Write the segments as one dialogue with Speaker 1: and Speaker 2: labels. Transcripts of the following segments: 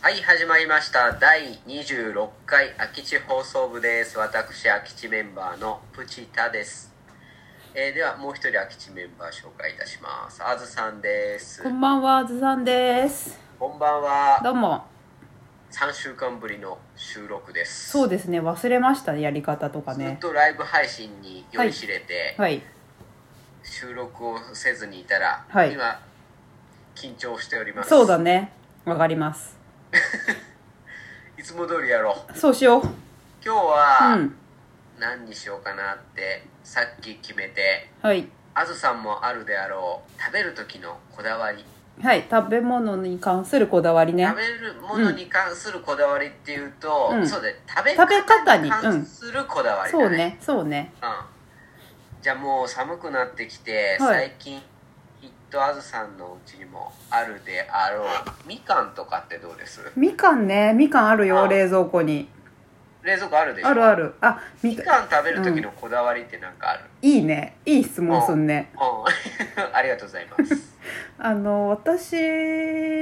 Speaker 1: はい始まりました第26回空き地放送部です私空き地メンバーのプチタです、えーではもう一人空き地メンバー紹介いたしますあずさんです
Speaker 2: こんばんは、ずさんです。
Speaker 1: こんばんは
Speaker 2: どうも。
Speaker 1: 3週間ぶりの収録です
Speaker 2: そうですね、忘れましたね、やり方とか
Speaker 1: ずっ
Speaker 2: ね。
Speaker 1: とライブ配信に酔いしれて、
Speaker 2: はい。
Speaker 1: 収録をせずにいたら、
Speaker 2: はい
Speaker 1: 今緊張しております
Speaker 2: そうだね。わかります。
Speaker 1: いつも通りやろう
Speaker 2: そうしよう。
Speaker 1: 今日は、
Speaker 2: うん。
Speaker 1: 何にしようかなってさっき決めて
Speaker 2: はい。
Speaker 1: あずさんもあるであろう食べる時のこだわり、
Speaker 2: はい。食べ物に関するこだわりね
Speaker 1: 食。べるものに関するこだわりっていうと、
Speaker 2: うん
Speaker 1: そうだね食べ
Speaker 2: 食べ方に
Speaker 1: 関するこだわりだね,、
Speaker 2: そうね、そうね。
Speaker 1: うんじゃあもう寒くなってきて、
Speaker 2: はい
Speaker 1: 最近きっとあずさんのうちにもあるであろうみかんとかってどうです
Speaker 2: みかんね、みかんある
Speaker 1: あ
Speaker 2: よ、冷蔵庫に。
Speaker 1: 冷蔵庫あるでしょ
Speaker 2: あるある。あ、み
Speaker 1: み
Speaker 2: かん。
Speaker 1: かん食べる時のこだわりってなんかある、
Speaker 2: いいね。いい質問すんね。
Speaker 1: うん ありがとうございます
Speaker 2: あの、私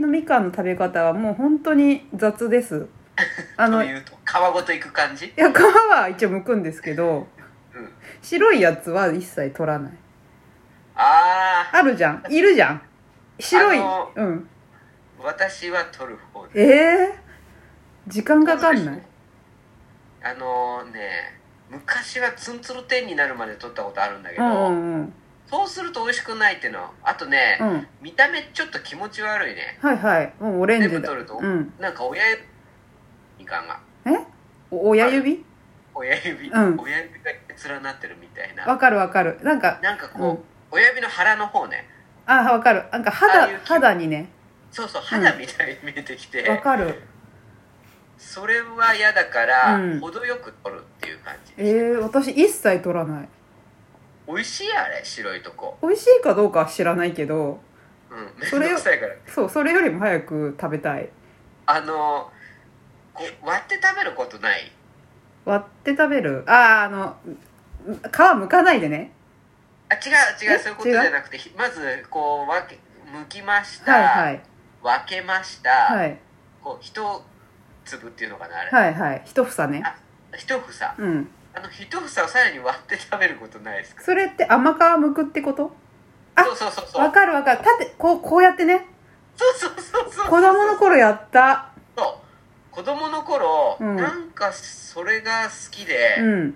Speaker 2: のみかんの食べ方はもう本当に雑です。あ
Speaker 1: と
Speaker 2: の、
Speaker 1: いうと皮ごといく感じ
Speaker 2: いや皮は一応剥くんですけど、
Speaker 1: うん
Speaker 2: 白いやつは一切取らない
Speaker 1: ああ
Speaker 2: あるじゃんいるじゃん白い
Speaker 1: あの
Speaker 2: うん
Speaker 1: 私は取る方で
Speaker 2: ええ時間かかんない
Speaker 1: あのね昔はツンツル天になるまで取ったことあるんだけ
Speaker 2: う
Speaker 1: ど、
Speaker 2: んうんうん
Speaker 1: そうすると美味しくないっていうのはあとね、
Speaker 2: うん
Speaker 1: 見た目ちょっと気持ち悪いね
Speaker 2: はいはいうんオレン
Speaker 1: 全
Speaker 2: ジ
Speaker 1: 部
Speaker 2: だ
Speaker 1: 取ると、
Speaker 2: うん
Speaker 1: なんか親指みかんが
Speaker 2: えお親指
Speaker 1: 親指、
Speaker 2: うん
Speaker 1: 親指が連なってるみたいな
Speaker 2: わかるわかるなんか
Speaker 1: なんかこう、
Speaker 2: うん
Speaker 1: 親指の腹の方ね
Speaker 2: あわかるなんか
Speaker 1: ああい
Speaker 2: 肌
Speaker 1: う気
Speaker 2: 肌にね
Speaker 1: そうそう肌みたいに見えてきて、
Speaker 2: わかる
Speaker 1: それは嫌だから、
Speaker 2: うん
Speaker 1: 程よく取るっていう感じ
Speaker 2: ええ私一切取らない
Speaker 1: 美味しいあれ白いとこ
Speaker 2: 美味しいかどうかは知らないけど
Speaker 1: うん
Speaker 2: そ
Speaker 1: め
Speaker 2: れ
Speaker 1: んどくさいから
Speaker 2: そうそれよりも早く食べたい
Speaker 1: あのこう割って食べることない
Speaker 2: 割って食べるあああの皮むかないでね
Speaker 1: あ違う違う
Speaker 2: え
Speaker 1: そういうことじゃなくてひまずこう分け剥きました、
Speaker 2: はいはい
Speaker 1: 分けました、
Speaker 2: はい
Speaker 1: こう一粒っていうのかなあれ、
Speaker 2: はいはい一房ね
Speaker 1: 一房
Speaker 2: うん
Speaker 1: あの一房をさらに割って食べることないですか
Speaker 2: それって甘皮むくってことあ
Speaker 1: そうそうそうそ
Speaker 2: わ
Speaker 1: う
Speaker 2: かるわかる縦こうこうやってね
Speaker 1: そうそうそうそう
Speaker 2: 子供の頃やった
Speaker 1: そう子供の頃、
Speaker 2: うん
Speaker 1: なんかそれが好きで、
Speaker 2: うん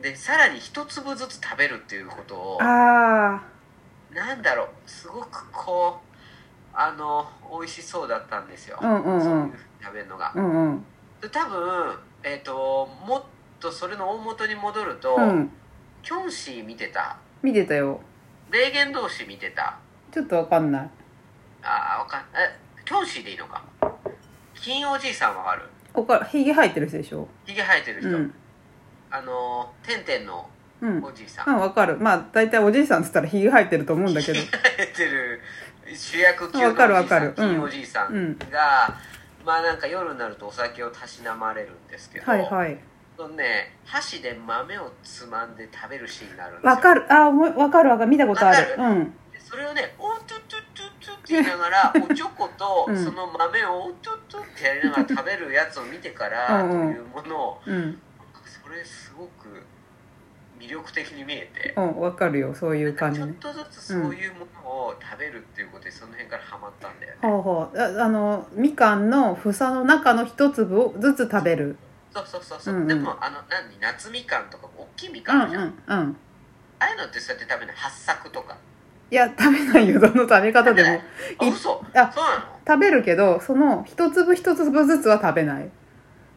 Speaker 1: でさらに一粒ずつ食べるっていうことを
Speaker 2: あ
Speaker 1: なんだろうすごくこうあの美味しそうだったんですよ、
Speaker 2: あうんうんう
Speaker 1: そういうんふうに食べるのが、
Speaker 2: うんうん
Speaker 1: で多分えっ、ともっとそれの大元に戻ると、
Speaker 2: うん
Speaker 1: キョンシー見てた
Speaker 2: 見てたよ
Speaker 1: 霊言同士見てた
Speaker 2: ちょっとわかんない
Speaker 1: ああわかんえキョンシーでいいのか金おじいさんわかる
Speaker 2: ここからひげ生えてる人でしょ
Speaker 1: ひげ生えてる
Speaker 2: う
Speaker 1: 人、
Speaker 2: ん
Speaker 1: あのてんてんの
Speaker 2: うん
Speaker 1: おじいさん、
Speaker 2: うんわかるまあ大体おじいさんっつったらひげ生えてると思うん だけど
Speaker 1: ひげ生えてる主役級のお
Speaker 2: わかる
Speaker 1: じ
Speaker 2: わ
Speaker 1: いさ
Speaker 2: か
Speaker 1: ん
Speaker 2: る
Speaker 1: 金おじいさん
Speaker 2: うんうん
Speaker 1: が、まあなんか夜になるとお酒をたしなまれるんですけど、
Speaker 2: はいはい
Speaker 1: そのね箸で豆をつまんで食べるシーンになるんですよ
Speaker 2: わかるあ思いわかるわかる見たことあるうん
Speaker 1: でそれをね「おっとっとっとっと」って言いなが らおちょこと
Speaker 2: うん
Speaker 1: その豆を「おっとっと」ってやりながら食べるやつを見てから
Speaker 2: う
Speaker 1: と
Speaker 2: んうん
Speaker 1: いうものを
Speaker 2: うん
Speaker 1: それすごく魅力的に見えて
Speaker 2: うんわかるよそういう感
Speaker 1: ち
Speaker 2: じ
Speaker 1: ょっ
Speaker 2: ね
Speaker 1: とずつそういうものを食べるっていうことでその辺からハマったんだよね
Speaker 2: ほうほうああのみかんの房の中の一粒をずつ食べる
Speaker 1: そうそうそうそう、
Speaker 2: うんうん
Speaker 1: でもあの何夏みかんとか大きいみ
Speaker 2: うん
Speaker 1: かんじ
Speaker 2: う
Speaker 1: ゃん、あ
Speaker 2: んうん
Speaker 1: あいうのってそうやって食べない八作とか
Speaker 2: いや食べないよ どの食べ方で も
Speaker 1: あ
Speaker 2: い
Speaker 1: 嘘
Speaker 2: あ
Speaker 1: そうなの
Speaker 2: 食べるけどその一粒一粒ずつは食べない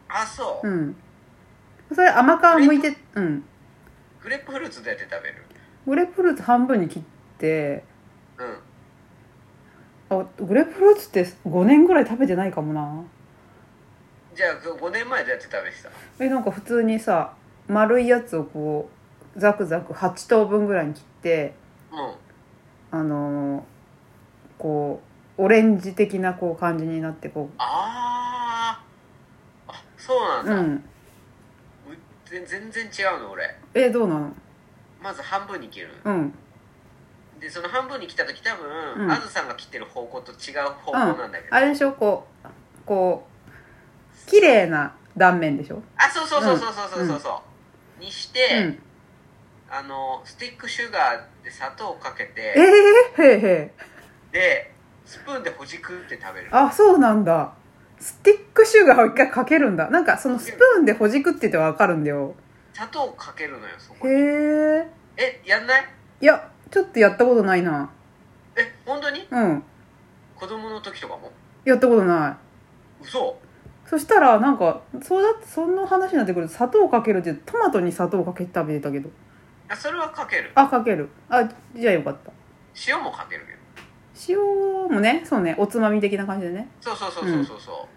Speaker 1: あそう、
Speaker 2: うんそれ甘皮むいてうん
Speaker 1: グレープフルーツどうやって食べる
Speaker 2: グレープフルーツ半分に切って
Speaker 1: うん
Speaker 2: あグレープフルーツって5年ぐらい食べてないかもな
Speaker 1: じゃあ5年前どうやって食べてた
Speaker 2: えなんか普通にさ丸いやつをこうザクザク8等分ぐらいに切って
Speaker 1: うん
Speaker 2: あのーこうオレンジ的なこう感じになってこ
Speaker 1: あーあそうなん
Speaker 2: うう
Speaker 1: だ、うん全全然違うの俺
Speaker 2: えどうなの
Speaker 1: まず半分に切る
Speaker 2: うん
Speaker 1: でその半分に切った時多分、
Speaker 2: うん
Speaker 1: あずさんが切ってる方向と違う方向なんだけど、
Speaker 2: あれでしょこうこう綺麗な断面でしょ
Speaker 1: あそうそうそうそうそうそうそうそうにして、
Speaker 2: うん
Speaker 1: あのスティックシュガーで砂糖をかけ
Speaker 2: え
Speaker 1: て
Speaker 2: えへえへえ
Speaker 1: でスプーンでほじくって食べる
Speaker 2: あそうなんだスティックシュガーを一回かけるんだなんかそのスプーンでほじくっててわかるんだよ
Speaker 1: 砂糖をかけるのよそこ
Speaker 2: へ
Speaker 1: に
Speaker 2: え
Speaker 1: えやんない
Speaker 2: いやちょっとやったことないな
Speaker 1: え本当に
Speaker 2: うん
Speaker 1: 子供の時とかも
Speaker 2: やったことない
Speaker 1: 嘘
Speaker 2: そしたらなんかそうだそんな話になってくると砂糖かけるってトマトに砂糖かけて食べてたけど
Speaker 1: あそれはかける
Speaker 2: あかけるあじゃあよかった
Speaker 1: 塩もかけるけど
Speaker 2: 塩もねそうねおつまみ的な感じでね
Speaker 1: そうそうそうそうそうそ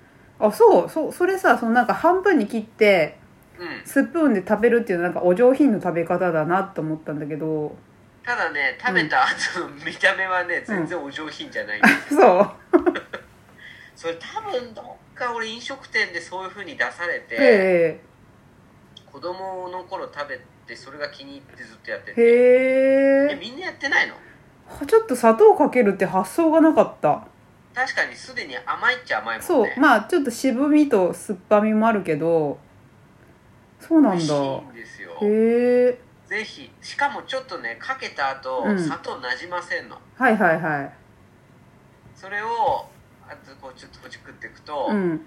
Speaker 2: あそうそうそれさそのなんか半分に切って
Speaker 1: ううん
Speaker 2: スプーンで食べるっていうのはなんかお上品の食べ方だなと思ったんだけど
Speaker 1: ただね食べた後の見た目はね全然お上品じゃない、
Speaker 2: そう
Speaker 1: それ多分どっか俺飲食店でそういう風に出されて、
Speaker 2: へ
Speaker 1: 子供の頃食べてそれが気に入ってずっとやって
Speaker 2: え
Speaker 1: て
Speaker 2: へ
Speaker 1: え
Speaker 2: え
Speaker 1: みんなやってないの
Speaker 2: ちょっと砂糖かけるって発想がなかった
Speaker 1: 確かにすでに甘いっちゃ甘いもん
Speaker 2: そ
Speaker 1: ね
Speaker 2: うまあちょっと渋みと酸っぱみもあるけどそうなん
Speaker 1: 美味し
Speaker 2: だ
Speaker 1: いんですよ
Speaker 2: へえ
Speaker 1: ぜひしかもちょっとねかけた後、
Speaker 2: うん
Speaker 1: 砂糖なじませんの
Speaker 2: はいはいはい
Speaker 1: それをあとこうちょっとこっち食っていくと、
Speaker 2: うん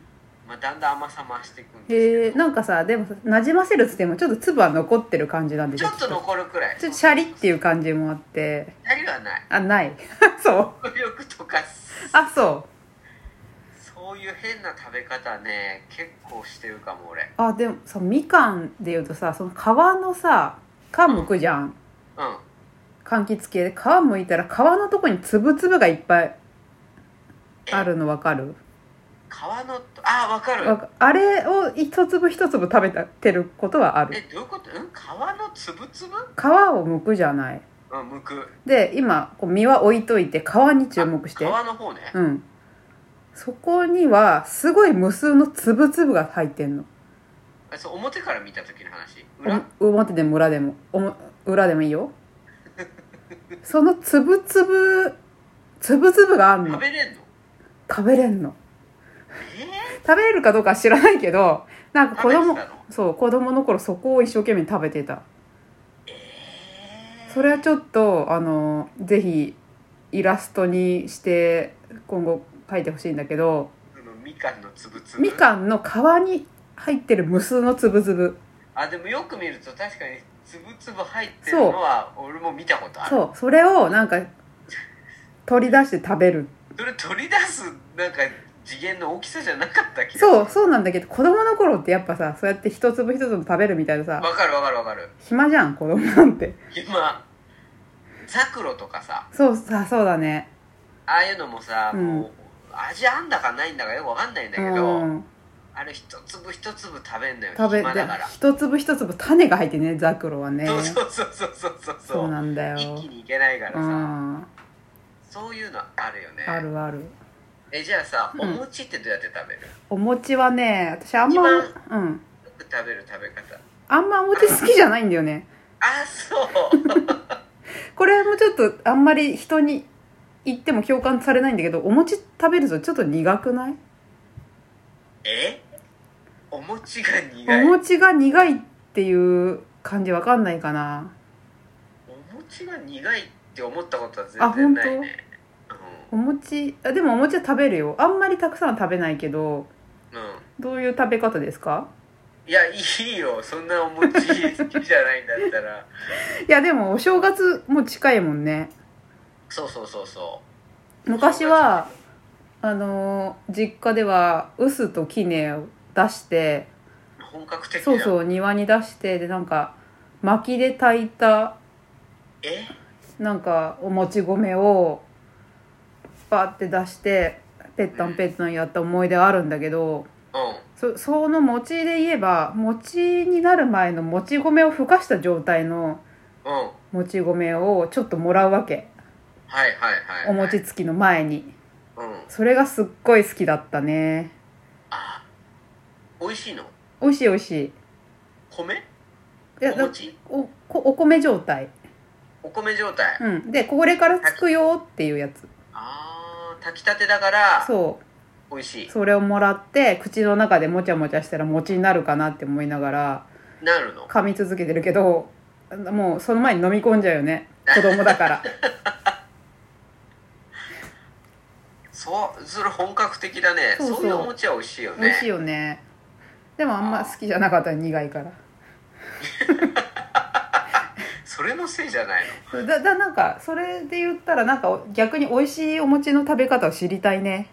Speaker 1: まあ、だんだん甘さ増していくん
Speaker 2: へ
Speaker 1: で
Speaker 2: え
Speaker 1: すけど
Speaker 2: なんかさでもさなじませるっつってもちょっと粒は残ってる感じなんで
Speaker 1: ちょっと残るくらい
Speaker 2: ちょっとシャリっていう感じもあって
Speaker 1: シャリはない
Speaker 2: あない そう
Speaker 1: 努力とかす
Speaker 2: あそう
Speaker 1: そういう変な食べ方ね結構してるかも俺
Speaker 2: あでもさみかんでいうとさその皮のさ皮むくじゃん
Speaker 1: うん
Speaker 2: 柑橘系で皮むいたら皮のとこに粒々がいっぱいあるのわかる
Speaker 1: 皮のあわかる
Speaker 2: わかあれを一粒一粒食べたてることはあ
Speaker 1: え
Speaker 2: る
Speaker 1: どういうことうん皮のつぶつぶ
Speaker 2: 皮をむくじゃない
Speaker 1: うんむく
Speaker 2: で今こう身は置いといて皮に注目して
Speaker 1: あ皮の方ね、
Speaker 2: うんそこにはすごい無数の粒々が入ってんの
Speaker 1: あそう表から見た時の話裏、
Speaker 2: お表でも裏でもおも裏でもい いよその粒々粒々があん
Speaker 1: 食
Speaker 2: の
Speaker 1: べれんの
Speaker 2: 食べれんの
Speaker 1: え
Speaker 2: 食べれるかどうかは知らないけどな
Speaker 1: ー、
Speaker 2: んか子
Speaker 1: 食べ
Speaker 2: 供
Speaker 1: てたの
Speaker 2: そう子供の頃そこを一生懸命食べてた
Speaker 1: えー
Speaker 2: それはちょっとあのぜひイラストにして今後描いてほしいんだけど
Speaker 1: そのみかんのつぶつぶ
Speaker 2: みかんの皮に入ってる無数の粒々
Speaker 1: あでもよく見ると確かにつぶつぶ入ってるのは俺も見たことある
Speaker 2: そうそれをなんか取り出して食べる
Speaker 1: それ取り出すなんか次元の大きさじゃなかった気が
Speaker 2: そうそうなんだけど子供の頃ってやっぱさそうやって一粒一粒食べるみたいなさ
Speaker 1: わかるわかるわかる
Speaker 2: 暇じゃん子供なんて
Speaker 1: 今ザクロとかさ
Speaker 2: そうさそうだね
Speaker 1: ああいうのもさ、
Speaker 2: うん
Speaker 1: もう味あんだかないんだかよくわかんないんだけど、
Speaker 2: うん
Speaker 1: あれ一粒一粒食べんのよ
Speaker 2: 食べ
Speaker 1: 暇
Speaker 2: て
Speaker 1: だから、
Speaker 2: 一粒一粒種が入ってねザクロはね
Speaker 1: そうそうそうそうそうそう
Speaker 2: そうなんだよ
Speaker 1: 一気にいけないから
Speaker 2: う
Speaker 1: さ、
Speaker 2: ん
Speaker 1: そういうのあるよね
Speaker 2: あるある
Speaker 1: えじゃあさ
Speaker 2: うん
Speaker 1: お餅ってどうやって食べる、
Speaker 2: お餅はね私あん
Speaker 1: 一
Speaker 2: まうん
Speaker 1: よく食べる食べ方
Speaker 2: あんまお餅好きじゃないんだよね
Speaker 1: あそう
Speaker 2: これもちょっとあんまり人に言っても共感されないんだけどお餅食べるとちょっと苦くない
Speaker 1: えお餅が苦い
Speaker 2: お餅が苦いっていう感じわかんないかな
Speaker 1: お餅が苦いって思ったことは
Speaker 2: あ
Speaker 1: 全然ないね
Speaker 2: お餅あでもお餅は食べるよあんまりたくさんは食べないけど
Speaker 1: うん、うん、
Speaker 2: どういう食べ方ですか
Speaker 1: いやいいよそんなお餅好きじゃないんだったら
Speaker 2: いやでもお正月も近いもんね
Speaker 1: そうそうそうそう
Speaker 2: 昔はあのー実家では臼と杵を出して
Speaker 1: 本格的だ
Speaker 2: そうそう庭に出してでなんか薪で炊いた
Speaker 1: え
Speaker 2: なんかおもち米をバーって出してペッタンペッタンやった思い出があるんだけど
Speaker 1: うん
Speaker 2: そその餅で言えば餅になる前のもち米をふかした状態の
Speaker 1: うん
Speaker 2: もち米をちょっともらうわけ
Speaker 1: はいはいはい、はい、
Speaker 2: お餅つきの前に
Speaker 1: うん
Speaker 2: それがすっごい好きだったね
Speaker 1: あ美味しいの
Speaker 2: 美味しい美味しいい
Speaker 1: 米
Speaker 2: や
Speaker 1: お
Speaker 2: だ
Speaker 1: 餅
Speaker 2: おこお米状態
Speaker 1: お米状態、
Speaker 2: うんでこれからつくよっていうやつ
Speaker 1: ああ炊きたてだから
Speaker 2: そ
Speaker 1: 美味しい
Speaker 2: それをもらって口の中でもちゃもちゃしたら餅になるかなって思いながら
Speaker 1: なるの
Speaker 2: 噛み続けてるけどもうその前に飲み込んじゃうよね子供だから
Speaker 1: そうそれ本格的だねそ
Speaker 2: そううそう
Speaker 1: いうお餅は美味しいよ
Speaker 2: 美味しい
Speaker 1: ね
Speaker 2: よねでもあんま好きじゃなかった苦いから
Speaker 1: それのせいじゃないの
Speaker 2: だだなんかそれで言ったらなんか逆に美味しいお餅の食べ方を知りたいね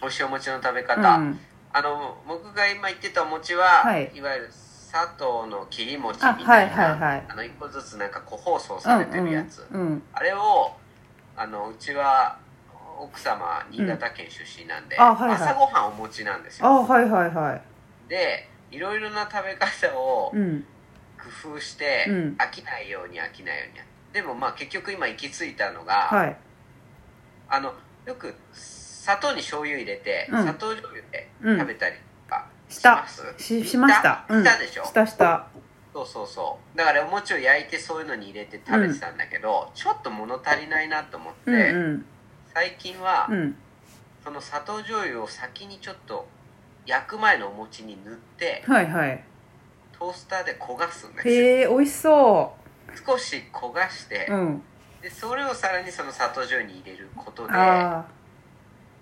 Speaker 1: 美味しいお餅の食べ
Speaker 2: う
Speaker 1: 方、
Speaker 2: ん
Speaker 1: あの僕が今言ってたお餅は、
Speaker 2: はい
Speaker 1: い、わゆる砂糖の切り餅み
Speaker 2: あ
Speaker 1: たいな
Speaker 2: はいはいはい
Speaker 1: あの一個ずつなんか個包装
Speaker 2: う
Speaker 1: さ
Speaker 2: ん
Speaker 1: れてるやつ、
Speaker 2: うんうん
Speaker 1: あれをあのうちは奥様新潟県出身なんで、
Speaker 2: あはいはい
Speaker 1: 朝ごはんお餅なんです
Speaker 2: あ
Speaker 1: よ
Speaker 2: はいはいはい
Speaker 1: でいろいろな食べ方を
Speaker 2: うん
Speaker 1: 工夫して、
Speaker 2: うん
Speaker 1: 飽きないように飽きないようにでもまあ結局今行き着いたのが、
Speaker 2: はい
Speaker 1: あのよく砂糖に醤油入れて、
Speaker 2: うん
Speaker 1: 砂糖醤油で
Speaker 2: うん
Speaker 1: 食べたりとかし
Speaker 2: した
Speaker 1: ます、
Speaker 2: ししました
Speaker 1: した
Speaker 2: うん
Speaker 1: したでしょ
Speaker 2: したした
Speaker 1: そうそうそうだからお餅を焼いてそういうのに入れて食べてたんだけど、ちょっと物足りないなと思って、
Speaker 2: うんうん
Speaker 1: 最近は、
Speaker 2: うん
Speaker 1: その砂糖醤油を先にちょっと焼く前のお餅に塗って
Speaker 2: はいはい
Speaker 1: トースターで焦がすんですよ
Speaker 2: へえ美味しそ
Speaker 1: 少し焦がして、
Speaker 2: ううん
Speaker 1: でそれをさらにその砂糖醤油に入れることで
Speaker 2: あ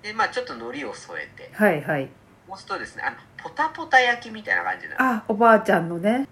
Speaker 1: で、まあ、ちょっと海苔を添えて
Speaker 2: あはいはい
Speaker 1: そうするとですねあのポタポタ焼きみたいな感じなんです
Speaker 2: あおばあちゃんのね